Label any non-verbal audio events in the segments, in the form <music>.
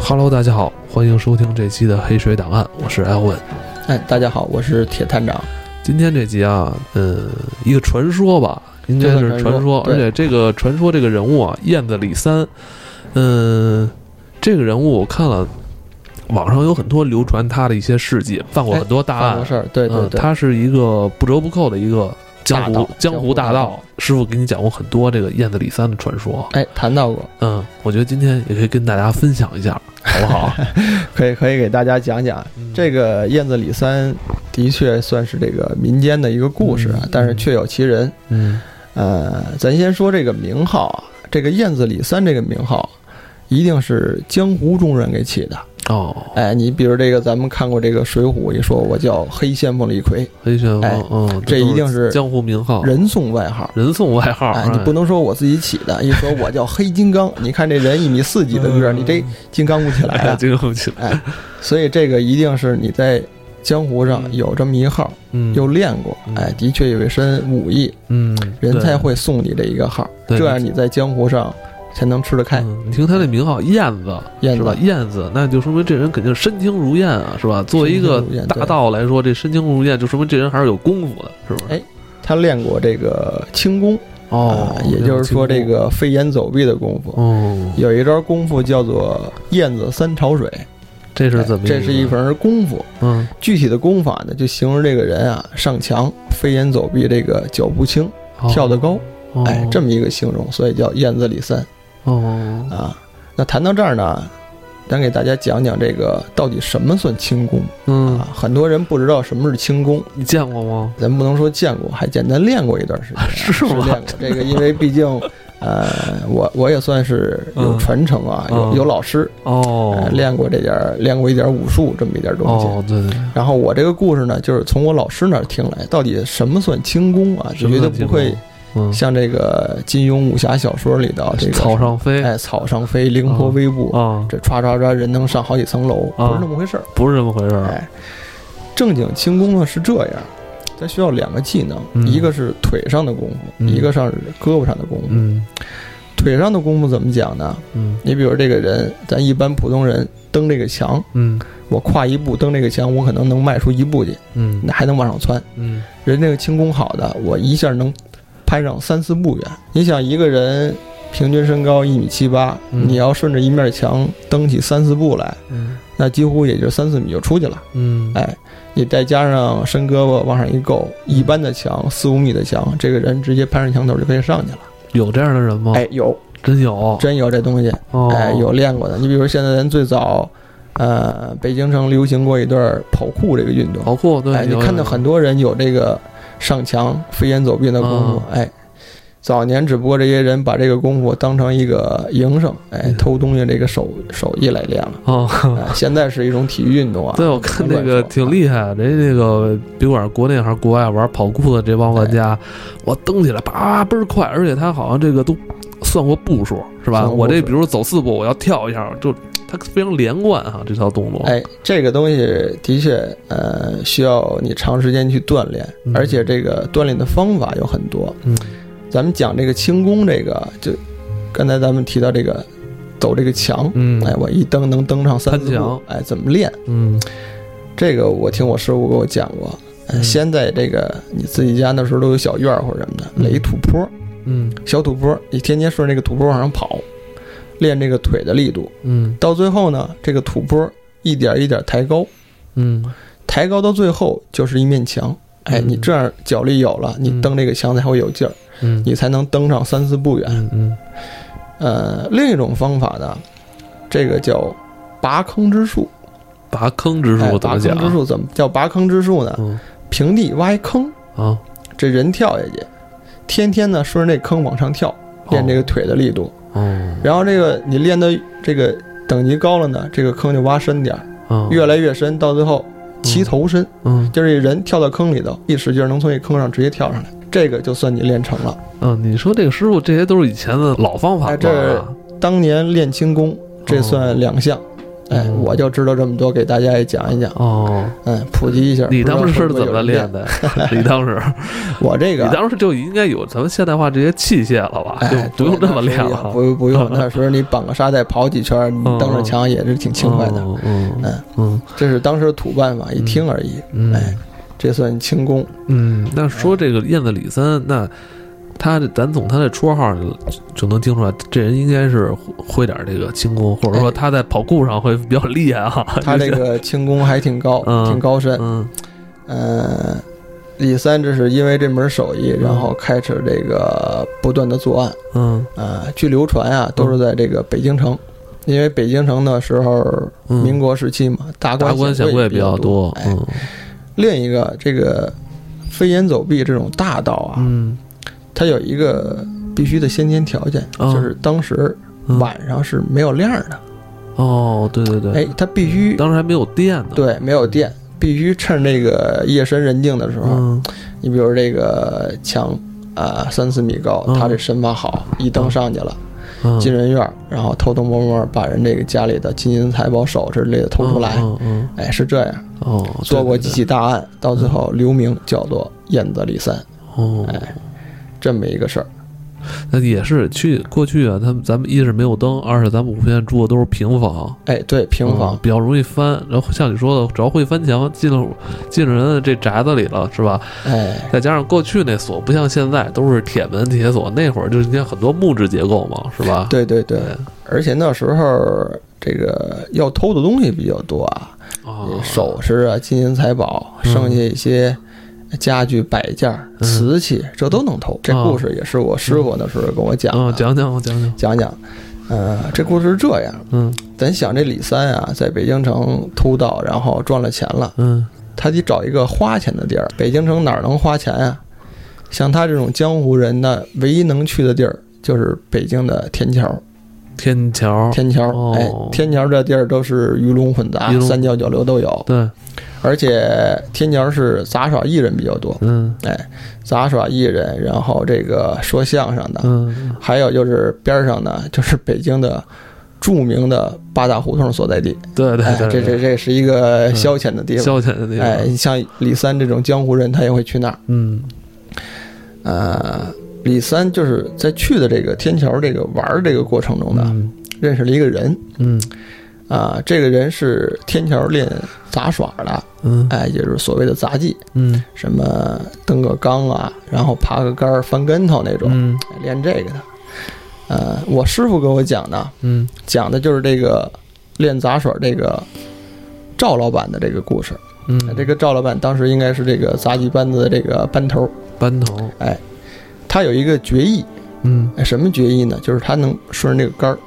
Hello，大家好，欢迎收听这期的《黑水档案》，我是 Elvin。哎，大家好，我是铁探长。今天这集啊，呃，一个传说吧，应该是就算传传说说，而对且这个传说这个人物啊，燕子李三，嗯、这个人物我看了，网上有很多流传他的一些事迹，办过哎很多大办案过，事儿，对对嗯，对，他是一个不折不扣的一个江大湖盗江江湖湖大大盗盗。师傅给你讲过很多这个燕子李三的传说，哎，谈到过，嗯，我觉得今天也可以跟大家分享一下，好不 <laughs> 好？嗯可以可以给大家讲讲这个个燕子李三，的确算是这个民间的一个故事啊，嗯但是确有其人。嗯呃，咱先说这个名号啊，这个燕子李三这个名号，啊一定是江湖中人给起的。哦，哎，你比如这个，咱们看过这个《水浒》，一说我叫黑先锋李逵，黑旋哎风，嗯，这都一定是江湖名号，人送外号。人送外号，哎，你不能说我自己起的，一说我叫黑金 <laughs> 刚，你看这人一米四几的个儿，你这金刚不起来嗯哎啊。这个不起来，哎，所以这个一定是你在江湖上嗯有这么一号，嗯，又练过嗯，哎，的确有一身武艺，嗯，人对才会送你这一个号，对这样你在江湖上才能吃得开。嗯你听他这名号燕子，燕是吧？子燕子，那就说明这人肯定身轻如燕啊，是吧？作为一个身轻如燕大对道来说，这身轻如燕，就说明这人还是有功夫的，是不是？哎他练过这个轻功，哦啊，也就是说这个飞檐走壁的功夫。哦，有一招功夫叫做燕子三潮水，这是哎怎么？这是一门功夫。嗯具体的功法呢，就形容这个人啊上墙飞檐走壁，这个脚步轻，跳得高，哦哎，这么一个形容，所以叫燕子李三哦啊。那谈到这儿呢，咱给大家讲讲这个到底什么算轻功嗯，啊？很多人不知道什么是轻功，你见过吗？咱不能说见过，还简单练过一段时间啊、 <laughs> 是吗练过这个，因为毕竟，呃，我我也算是有传承啊，嗯嗯有有老师、哦呃，练过这点儿，练过一点儿武术这么一点儿东西。哦，对对，对然后我这个故事呢，就是从我老师那儿听来，到底什么算轻功啊？就什么绝对算不轻会嗯，像这个金庸武侠小说里的这个草上飞哎草上飞，凌波微步，啊，这唰唰唰人能上好几层楼，啊不是那么回事儿。不是这么回事儿。哎，正经轻功呢是这样，它需要两个技能，嗯一个是腿上的功夫，嗯一个上是胳膊上的功夫。嗯腿上的功夫怎么讲呢？嗯你比如这个人，咱一般普通人蹬这个墙，嗯我跨一步蹬这个墙，我可能能迈出一步去，嗯那还能往上窜。嗯，人这个轻功好的，我一下能拍上三四步远。你想一个人平均身高一米七八，嗯你要顺着一面墙蹬起三四步来，嗯那几乎也就三四米就出去了。嗯，哎，你再加上伸胳膊往上一够，一般的墙四五米的墙，这个人直接攀上墙头就可以上去了。有这样的人吗？哎，有真有，真有这东西，哦哎，有练过的。你比如现在咱最早，呃，北京城流行过一段儿跑酷这个运动，跑酷，哦对，哎，你有看到有很多人有这个上墙飞檐走壁的功哦夫，哎，早年只不过这些人把这个功夫当成一个营生，哎嗯，偷东西这个手手艺来练了。 <laughs> 哦，哎，现在是一种体育运动啊。对，我看那个挺害。厉害，人家那个别管是国内还是国外玩跑酷的这帮玩哎家，我蹬起来叭倍儿快，而且他好像这个都算过步数，是吧？算过我这步数比如走四步，我要跳一下，就他非常连贯哈、这套动作。，哎，这个东西的确，呃，需要你长时间去锻炼嗯，而且这个锻炼的方法有很多。嗯咱们讲这个轻功，这个就刚才咱们提到这个走这个墙，嗯，哎，我一蹬能蹬上三攀四墙步，哎，怎么练？嗯这个我听我师傅给我讲过。呃嗯先在这个你自己家那时候都有小院儿或者什么的，嗯垒土坡，嗯小土坡，你天天顺着这个土坡往上跑，练这个腿的力度。嗯到最后呢，这个土坡一点一点抬高，嗯抬高到最后就是一面墙。哎，嗯你这样脚力有了，你蹬这个墙才会有劲儿，嗯，你才能蹬上三四步远。嗯嗯呃，另一种方法呢，这个叫拔坑之术。拔坑之哎术怎拔么讲啊坑？之术怎么叫拔坑之术呢？嗯平地挖一坑，啊，这人跳下去，天天呢顺着这坑往上跳，练这个腿的力度。哦然后这个你练到这个等级高了呢，这个坑就挖深点儿，哦，越来越深，到最后齐头深，嗯就是这人跳到坑里头，一使劲儿能从这坑上直接跳上来，这个就算你练成了。嗯，你说这个师傅这些都是以前的老方法啊哦哎吧？这当年练轻功，这算两项。哎，我就知道这么多，给大家也讲一讲，哦，嗯，普及一下。你当时不知是道会不会怎有么人练练？ <laughs> 的？你当时，我这你个啊，当时就应该有咱们现代化这些器械了吧？就哎，不用这对么练那时候也了，啊不用 <laughs> 不用，那时候你绑个沙袋跑几圈，你蹬着墙也是挺轻快的。哦。嗯嗯嗯这是当时的土办法，一听而已。嗯哎这算 <laughs> 轻功，嗯，那说这个燕子李三，那他这咱从他的绰号就就能听出来，这人应该是会会点这个轻功，或者说哎他在跑酷上会比较厉害啊。他这个轻功还挺高，嗯挺高深。嗯嗯，李三这是因为这门手艺，然后开始这个不断的作案嗯啊、据流传啊，都是在这个北京城，因为北京城的时候，嗯，民国时期嘛，达达官官显贵贵比较多。哎，嗯另一个这个飞檐走壁这种大道啊，嗯它有一个必须的先天条件，哦就是当时嗯晚上是没有亮的，哦，对对对，哎，它必须当时还没有电呢。，对没有电。必须趁这个夜深人静的时候，嗯你比如这个墙啊、三四米高，嗯他这身法好，一蹬上去了，嗯，进人院儿，然后偷偷摸摸把人这个家里的金银财宝、首饰之类的偷出来，嗯嗯哎，是这样嗯哦，做过几对对起大案，到最后留名叫做燕子李三，对哦，哎，这么一个事儿。那也是去过去啊，他们咱们一是没有灯，二是咱们五福县住的都是平房，哎，对，平嗯房，比较容易翻。然后像你说的，只要会翻墙，进了进了人的这宅子里了，是吧？哎，再加上过去那锁不像现在都是铁门铁锁，那会儿就是应该很多木质结构嘛，是吧？对对对对，而且那时候这个要偷的东西比较多啊，啊，首饰啊、金银财宝，嗯剩下一些家具摆件儿、嗯瓷器，这都能偷。这哦故事也是我师傅那时候跟我讲嗯，的，讲讲讲讲，讲讲。呃，这故事是这样，嗯咱想这李三啊，在北京城偷盗，然后赚了钱了，嗯他得找一个花钱的地儿。北京城哪儿能花钱啊？像他这种江湖人呢，唯一能去的地儿就是北京的天桥。天桥，天桥，哦哎，天桥这地儿都是鱼龙混杂鱼，龙三教九流都有。对，而且天桥是杂耍艺人比较多，嗯哎，杂耍艺人，然后这个说相声的，嗯还有就是边上呢， <laughs> 就是北京的著名的八大胡同所在地，对对哎，对，这这对嗯这是一个消遣的地方。消遣的地哎，方，像李三这种江湖人，他也会去那儿。嗯呃，李三就是在去的这个天桥这个玩儿这个过程中呢，嗯认识了一个人嗯啊、这个人是天桥练杂耍的，嗯哎，也就是所谓的杂技。嗯什么蹬个缸啊，然后爬个杆儿、翻跟头那种，嗯练这个的。呃，我师傅跟我讲呢，嗯，讲的就是这个练杂耍这个赵老板的这个故事。嗯，哎这个赵老板当时应该是这个杂技班子的这个班头，班头，他有一个绝艺，嗯哎什么绝艺呢？就是他能顺着这个杆儿，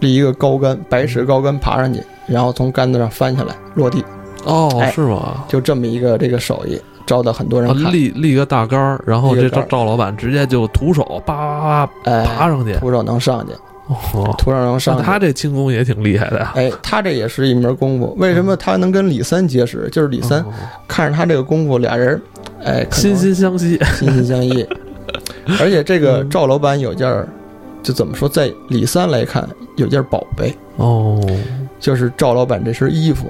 立一个高杆，白石高杆爬上去，然后从杆子上翻下来落地，哦哎是吗？就这么一个这个手艺，招到很多人啊，看。立立个大杆儿，然后立这个赵杆儿赵老板直接就徒手叭叭叭爬哎，上去。徒手能上去，哦，徒手能上那去。他这轻功也挺厉害的啊呀。哎，他这也是一门功夫。为什么他能跟李三结识？就是李三哦看着他这个功夫，俩人哎可心能心相惜。心心 <laughs> 相惜。而且这个嗯赵老板有件儿，就怎么说，在李三来看有件宝贝，哦，就是赵老板这身衣服。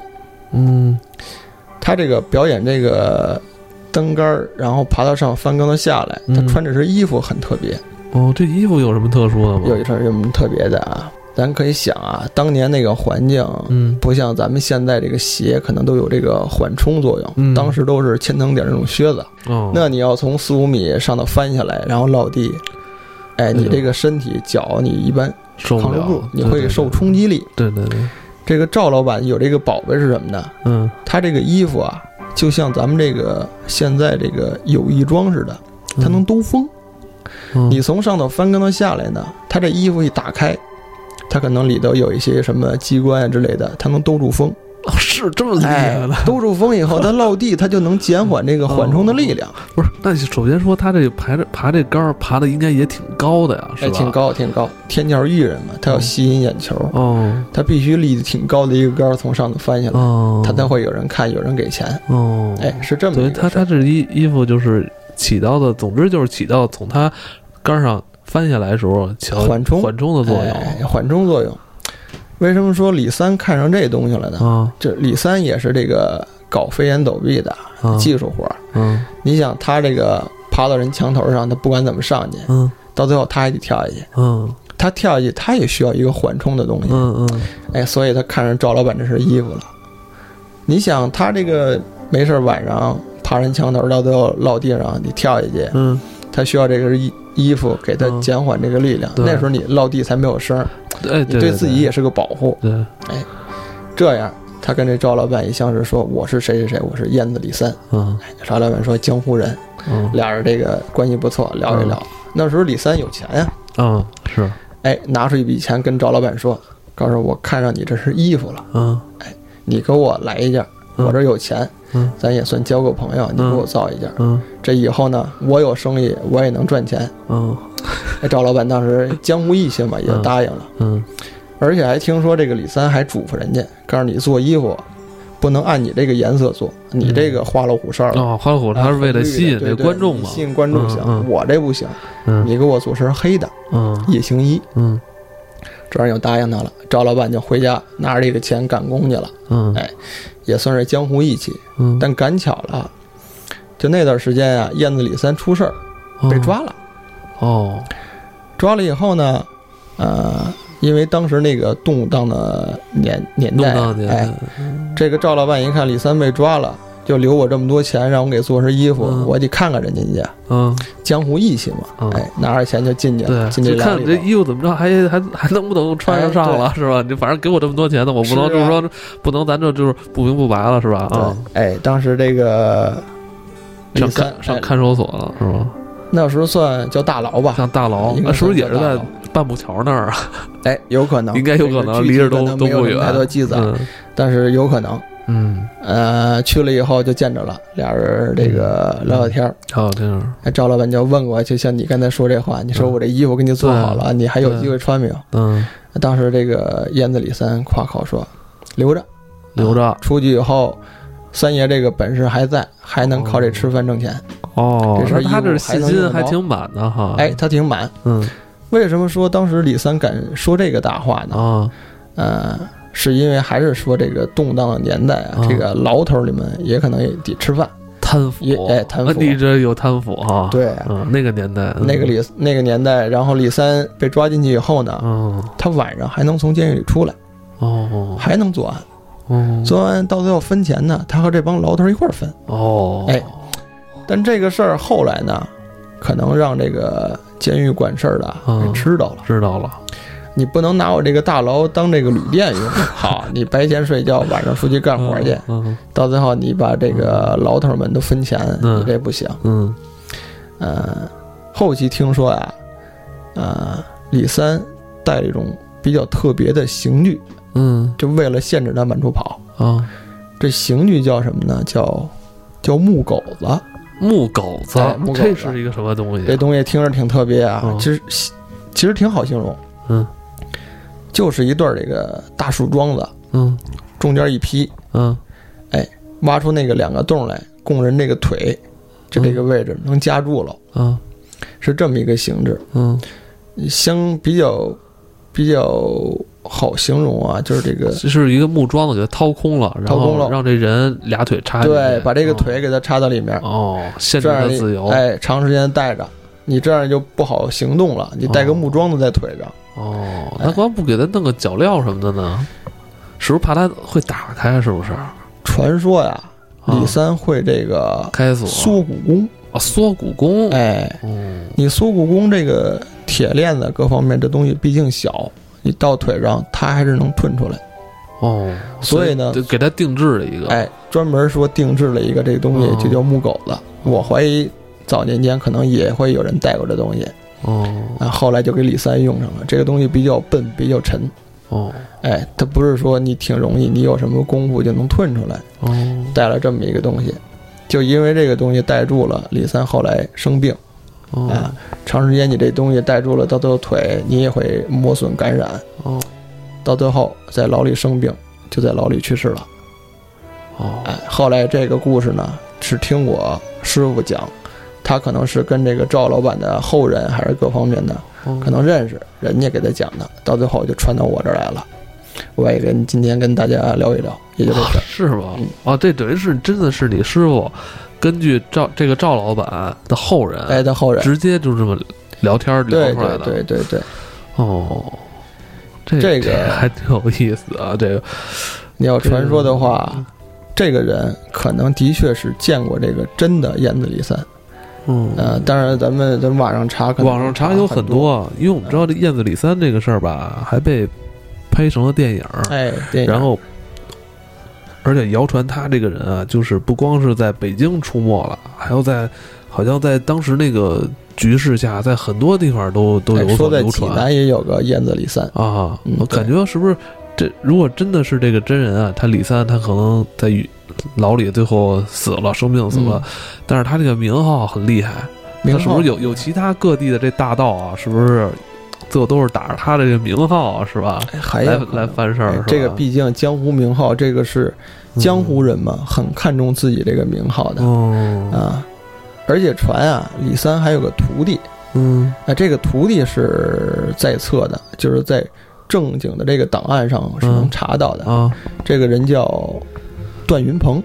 嗯他这个表演这个登杆儿，然后爬到上翻跟头下来，他嗯穿这身衣服很特别。哦，这衣服有什么特殊的吗？有一身什么特别的啊？咱可以想啊，当年那个环境，嗯不像咱们现在这个鞋可能都有这个缓冲作用，嗯当时都是千层底儿那种靴子，哦，那你要从四五米上头翻下来，然后落地，哎，哎呦你这个身体脚你一般受扛不不住了，，你会受冲。冲击力。对对对，这个赵老板有这个宝贝是什么呢？嗯他这个衣服啊，就像咱们这个现在这个友谊装似的，它能兜风。嗯你从上头翻跟头下来呢，它这衣服一打开，它可能里头有一些什么机关啊之类的，它能兜住风。 <laughs> 哦是这么厉害的。哎兜住风 <laughs> 以后，它落地，它就能减缓这个缓冲的力量，不是，那首先说他这爬这爬这杆儿爬的应该也挺高的呀，是哎，吧？挺。高，挺高。天桥艺人嘛，他要吸引眼球，哦他必须立得挺高的一个杆儿从上头翻下来，哦，他才会有人看，有人给钱。哦，哎，是这么对一他个事他儿。这衣衣服就是起到的，总之就是起到从他杆上翻下来的时候起到缓冲缓冲的作用。哎哎，缓冲作用。为什么说李三看上这东西了呢？啊这李三也是这个搞飞檐走壁的啊，技术活儿。嗯你想，他这个爬到人墙头上，他不管怎么上去，嗯到最后他还得跳下去。嗯他跳下去，他也需要一个缓冲的东西。嗯嗯哎，所以他看上赵老板这身衣服了。你想，他这个没事儿晚上爬人墙头，到最后落地上，你跳下去，嗯，他需要这个衣衣服给他嗯减缓这个力量。对那时候你落地才没有声儿，哎，你对自己也是个保护。对，这样，他跟这赵老板一相识，说我是谁谁谁，我是燕子李三。嗯哎赵老板说江湖人，嗯俩人这个关系不错，聊一聊。那时候李三有钱呀、嗯是，哎，拿出一笔钱跟赵老板说，告诉我看上你这身衣服了，嗯你给我来一件，嗯我这有钱，嗯咱也算交个朋友，你给我造一件，嗯这以后呢，我有生意，我也能赚钱。嗯哎，赵老板当时江湖义气嘛，也就答应了，嗯而且还听说这个李三还嘱咐人家，告诉你做衣服不能按你这个颜色做，你这个花里胡哨了。嗯啊哦，花火他是为了吸引对这对观众你嘛，吸引观众行，嗯我这不行，嗯你给我做身黑的嗯夜行衣，嗯这样就答应他了。赵老板就回家拿着这个钱赶工去了，嗯也算是江湖义气。嗯，但赶巧了，就那段时间啊，燕子李三出事儿被抓了，哦，抓了以后呢，呃，因为当时那个动荡的年年弄代啊到，你，嗯哎，这个赵老板一看李三被抓了，就留我这么多钱，让我给做身衣服，嗯我得看看人家家嗯，江湖义气嘛，嗯哎，拿着钱就进去了，对，进这就俩看你里这头。哎衣服怎么着，还还还能不能穿上上了，是吧？你反正给我这么多钱呢，我不能啊就是说不能咱这就是不明不白了，是吧？啊，对，哎，当时这个李上三看上哎看守所了，是吧？那时候算叫大牢吧，像大牢，应那该是不是也算是叫大在牢半步桥那儿啊？哎，有可能，应该有可能这个具离体着可都能都没有不什么远太多记载，嗯但是有可能。嗯，呃，去了以后就见着了，俩人这个聊聊天儿。好，这样，哎，赵老板就问过，就像你刚才说这话，你说我这衣服给你做好了，你还有对机会穿没有？嗯，当时这个燕子李三夸口说：“留着，留着出去以后，三爷这个本事还在，还能靠这吃饭挣钱。哦这，身那衣服他这还信能心用还着挺满的哈。哎，，他挺满。嗯为什么说当时李三敢说这个大话呢？啊，呃，是因为还是说这个动荡的年代啊，啊这个牢头里们也可能也得吃饭。贪也腐，哎贪啊腐你这有贪腐哈？，对啊，嗯，那个年代，嗯那个，李那个年代，然后李三被抓进去以后呢，嗯，他晚上还能从监狱里出来，哦还能作案。哦作案到最后分钱呢，他和这帮牢头一块儿分。哦，哎但这个事儿后来呢，可能让这个监狱管事儿的嗯给知道了。知道了，你不能拿我这个大牢当这个旅 <laughs> 店用。好，你白天睡觉，晚上出去干活去，嗯到最后你把这个牢头们都分钱，嗯你这不行。嗯呃，后期听说啊，呃，李三带了一种比较特别的刑具，嗯就为了限制他满处跑。啊，这刑具叫什么呢？叫叫木狗哎子。木狗子哎木，狗子这是一个什么东西这？东西听着挺特别啊嗯，其实其实挺好形容，嗯，就是一段这个大树桩子，嗯中间一劈，嗯挖出那个两个洞来，供人这个腿，就这个位置能夹住了，嗯是这么一个形制。嗯，相比较比较好形容啊，就是这个这是一个木桩子给它掏空了，然掏空后了让这人俩腿插进去，对，把这个嗯腿给它插到里面，哦，限制这他样你自由，哎，长时间戴着，你这样就不好行动了。你戴个木桩子在腿上，哦，哎那光不给他弄个脚镣什么的呢？是不是怕他会打开？是不是？传说呀，啊李三会这个开锁缩骨功，啊，缩骨功，哎，哦，你缩骨功这个铁链子各方面这东西毕竟小，你到腿上它还是能吞出来。哦，所以呢就给他定制了一个，哎，专门说定制了一个这个东西哦，就叫木狗子。嗯我怀疑早年间可能也会有人带过这东西，哦啊，后来就给李三用上了。这个东西比较笨，比较沉。哦哎，它不是说你挺容易，你有什么功夫就能吞出来，哦带了这么一个东西，就因为这个东西带住了，李三后来生病啊哦，长时间你这东西带住了，到最后腿你也会磨损感染，哦到最后在牢里生病，就在牢里去世了。哦哎，后来这个故事呢，是听我师傅讲，他可能是跟这个赵老板的后人还是各方面的，哦，可能认识，人家给他讲的，到最后就传到我这儿来了。我也跟今天跟大家聊一聊，也就这事儿。是吗嗯？啊，这等于是真的是你师傅根据赵这个赵老板的后人，哎，的后人，直接就这么聊天儿聊对出来对的。对对对，哦，这这个还挺有意思啊，这个你要传说的话，这个人可能的确是见过这个真的燕子李三。嗯。呃，当然咱们咱们网上查可能网上查有很很多，多，因为我们知道这燕子李三这个事儿吧，还被拍成了电影儿，哎，电影然后，而且谣传他这个人啊，就是不光是在北京出没了，还要在好像在当时那个局势下，在很多地方都都哎有所说在流济传南也有个燕子李三，啊嗯。我感觉是不是这如果真的是这个真人啊，他李三他可能在狱牢里最后死了，生病死了，但是他这个名号很厉害，嗯名那是不号是有有其他各地的这大盗啊？是不是最后都是打着他的这个名号啊？是吧？哎还来有可能来犯事儿、哎是吧嗯这个毕竟江湖名号，这个是江湖人嘛，很看重自己这个名号的哦，啊。而且传啊，李三还有个徒弟，嗯哎，这个徒弟是在册的，就是在正经的这个档案上是能嗯查到的。啊，这个人叫段云鹏，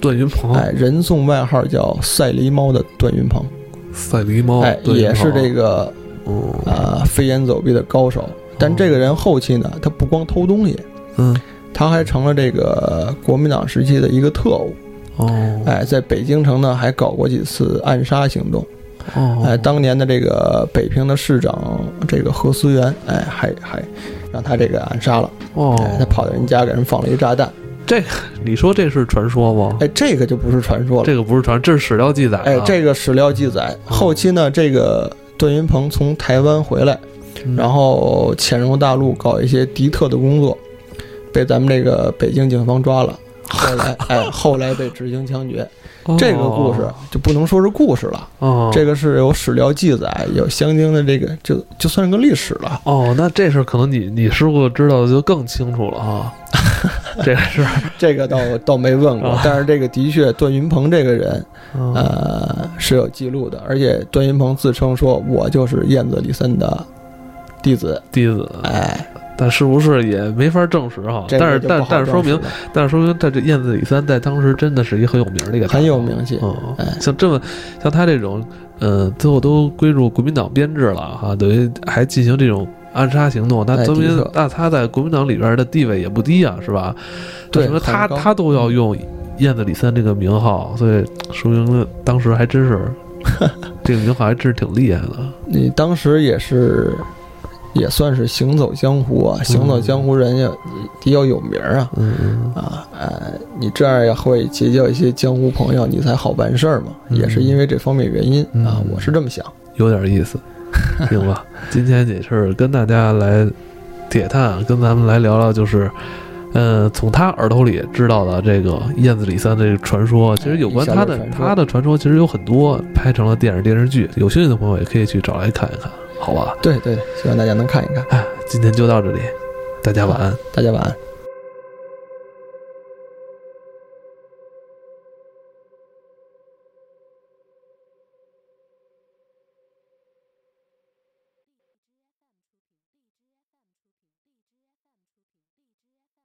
段云鹏、哎，人送外号叫“赛狸猫”的段云鹏，赛狸猫，哎，哦段云也是鹏这，个嗯啊飞檐走壁的高手。但这个人后期呢，他不光偷东西，嗯他还成了这个国民党时期的一个特务。哦，哎，在北京城呢，还搞过几次暗杀行动。哦，哎，当年的这个北平的市长这个何思源，哎，还还让他这个暗杀了。哦哎，，他跑到人家给人放了一炸弹。你说这是传说吗？哎，这个就不是传说了。这个不是传，这是史料记载、啊。哦哎，这个史料记载，后期呢，这个段云鹏从台湾回来，嗯然后潜入大陆搞一些敌特的工作，被咱们这个北京警方抓 <laughs> 了。后来，哎，后来被执行枪决。这个故事就不能说是故事了，哦，这个是有史料记载，有相应的这个，就就算是个历史了。哦，那这事儿可能你你师傅知道的就更清楚了 <laughs> 哈。这个是，这个倒倒没问过啊，但是这个的确，段云鹏这个人，嗯呃，是有记录的，而且段云鹏自称说我就是燕子李三的弟子，弟子，哎，但是不是也没法证实哈。这啊但个是就但不好但是说证实明了但是说明在这燕子李三在当时真的是一个很有名儿的一个大很有佬名气嗯哎，像这么像他这种，呃，最后都归入国民党编制了哈，等于还进行这种暗杀行动，那哎说明的确那他在国民党里边的地位也不低啊，是吧？对什么他很高他都要用燕子李三这个名号，所以说明当时还真 <laughs> 是这个名号还真是挺厉害的。你当时也是。也算是行走江湖啊，行走江湖人也得要有名儿啊嗯，啊！呃，你这样也会结交一些江湖朋友，你才好办事儿嘛。嗯也是因为这方面原因啊嗯，我是这么想。有点意思，行 <laughs> 吧？今天也是跟大家来铁探，啊跟咱们来聊聊，就是，呃，从他耳朵里知道的这个燕子李三这个传说，其实有关他的哎一小段传说他的传说，其实有很多拍成了电影电视剧，有兴趣的朋友也可以去找来看一看，好吧？对对，希望大家能看一看。哎，今天就到这里，大家晚安。大家晚安。